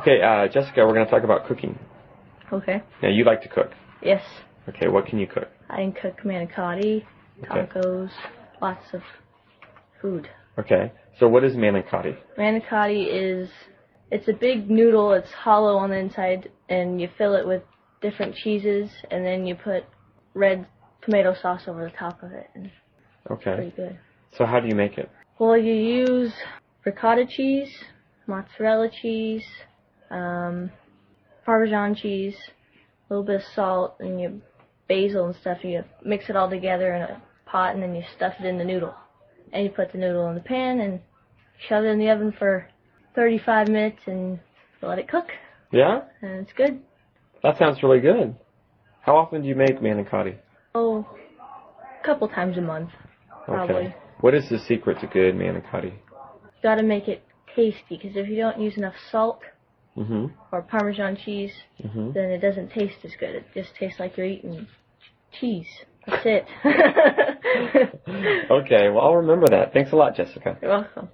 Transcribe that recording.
Okay, uh, Jessica, we're going to talk about cooking. Okay. Now, you like to cook. Yes, Okay, what can you cook? I can cook manicotti, Okay. tacos, lots of food. Okay, so what is manicotti? Manicotti is it's a big noodle. It's hollow on the inside, and you fill it with different cheeses, and then you put red tomato sauce over the top of it, and it's pretty Okay, good. so how do you make it? Well, you use ricotta cheese, mozzarella cheese, um, parmesan cheese, a little bit of salt, and your basil and stuff. You mix it all together in a pot, and then you stuff it in the noodle. And you put the noodle in the pan and shove it in the oven for 35 minutes and let it cook. Yeah? And it's good. That sounds really good. How often do you make manicotti? Oh, a couple times a month, probably. Okay. What is the secret to good manicotti? Gotta make it tasty, because if you don't use enough salt hmm or Parmesan cheese, hmm then it doesn't taste as good. It just tastes like you're eating cheese. That's it. Okay, well, I'll remember that. Thanks a lot, Jessica. you're welcome.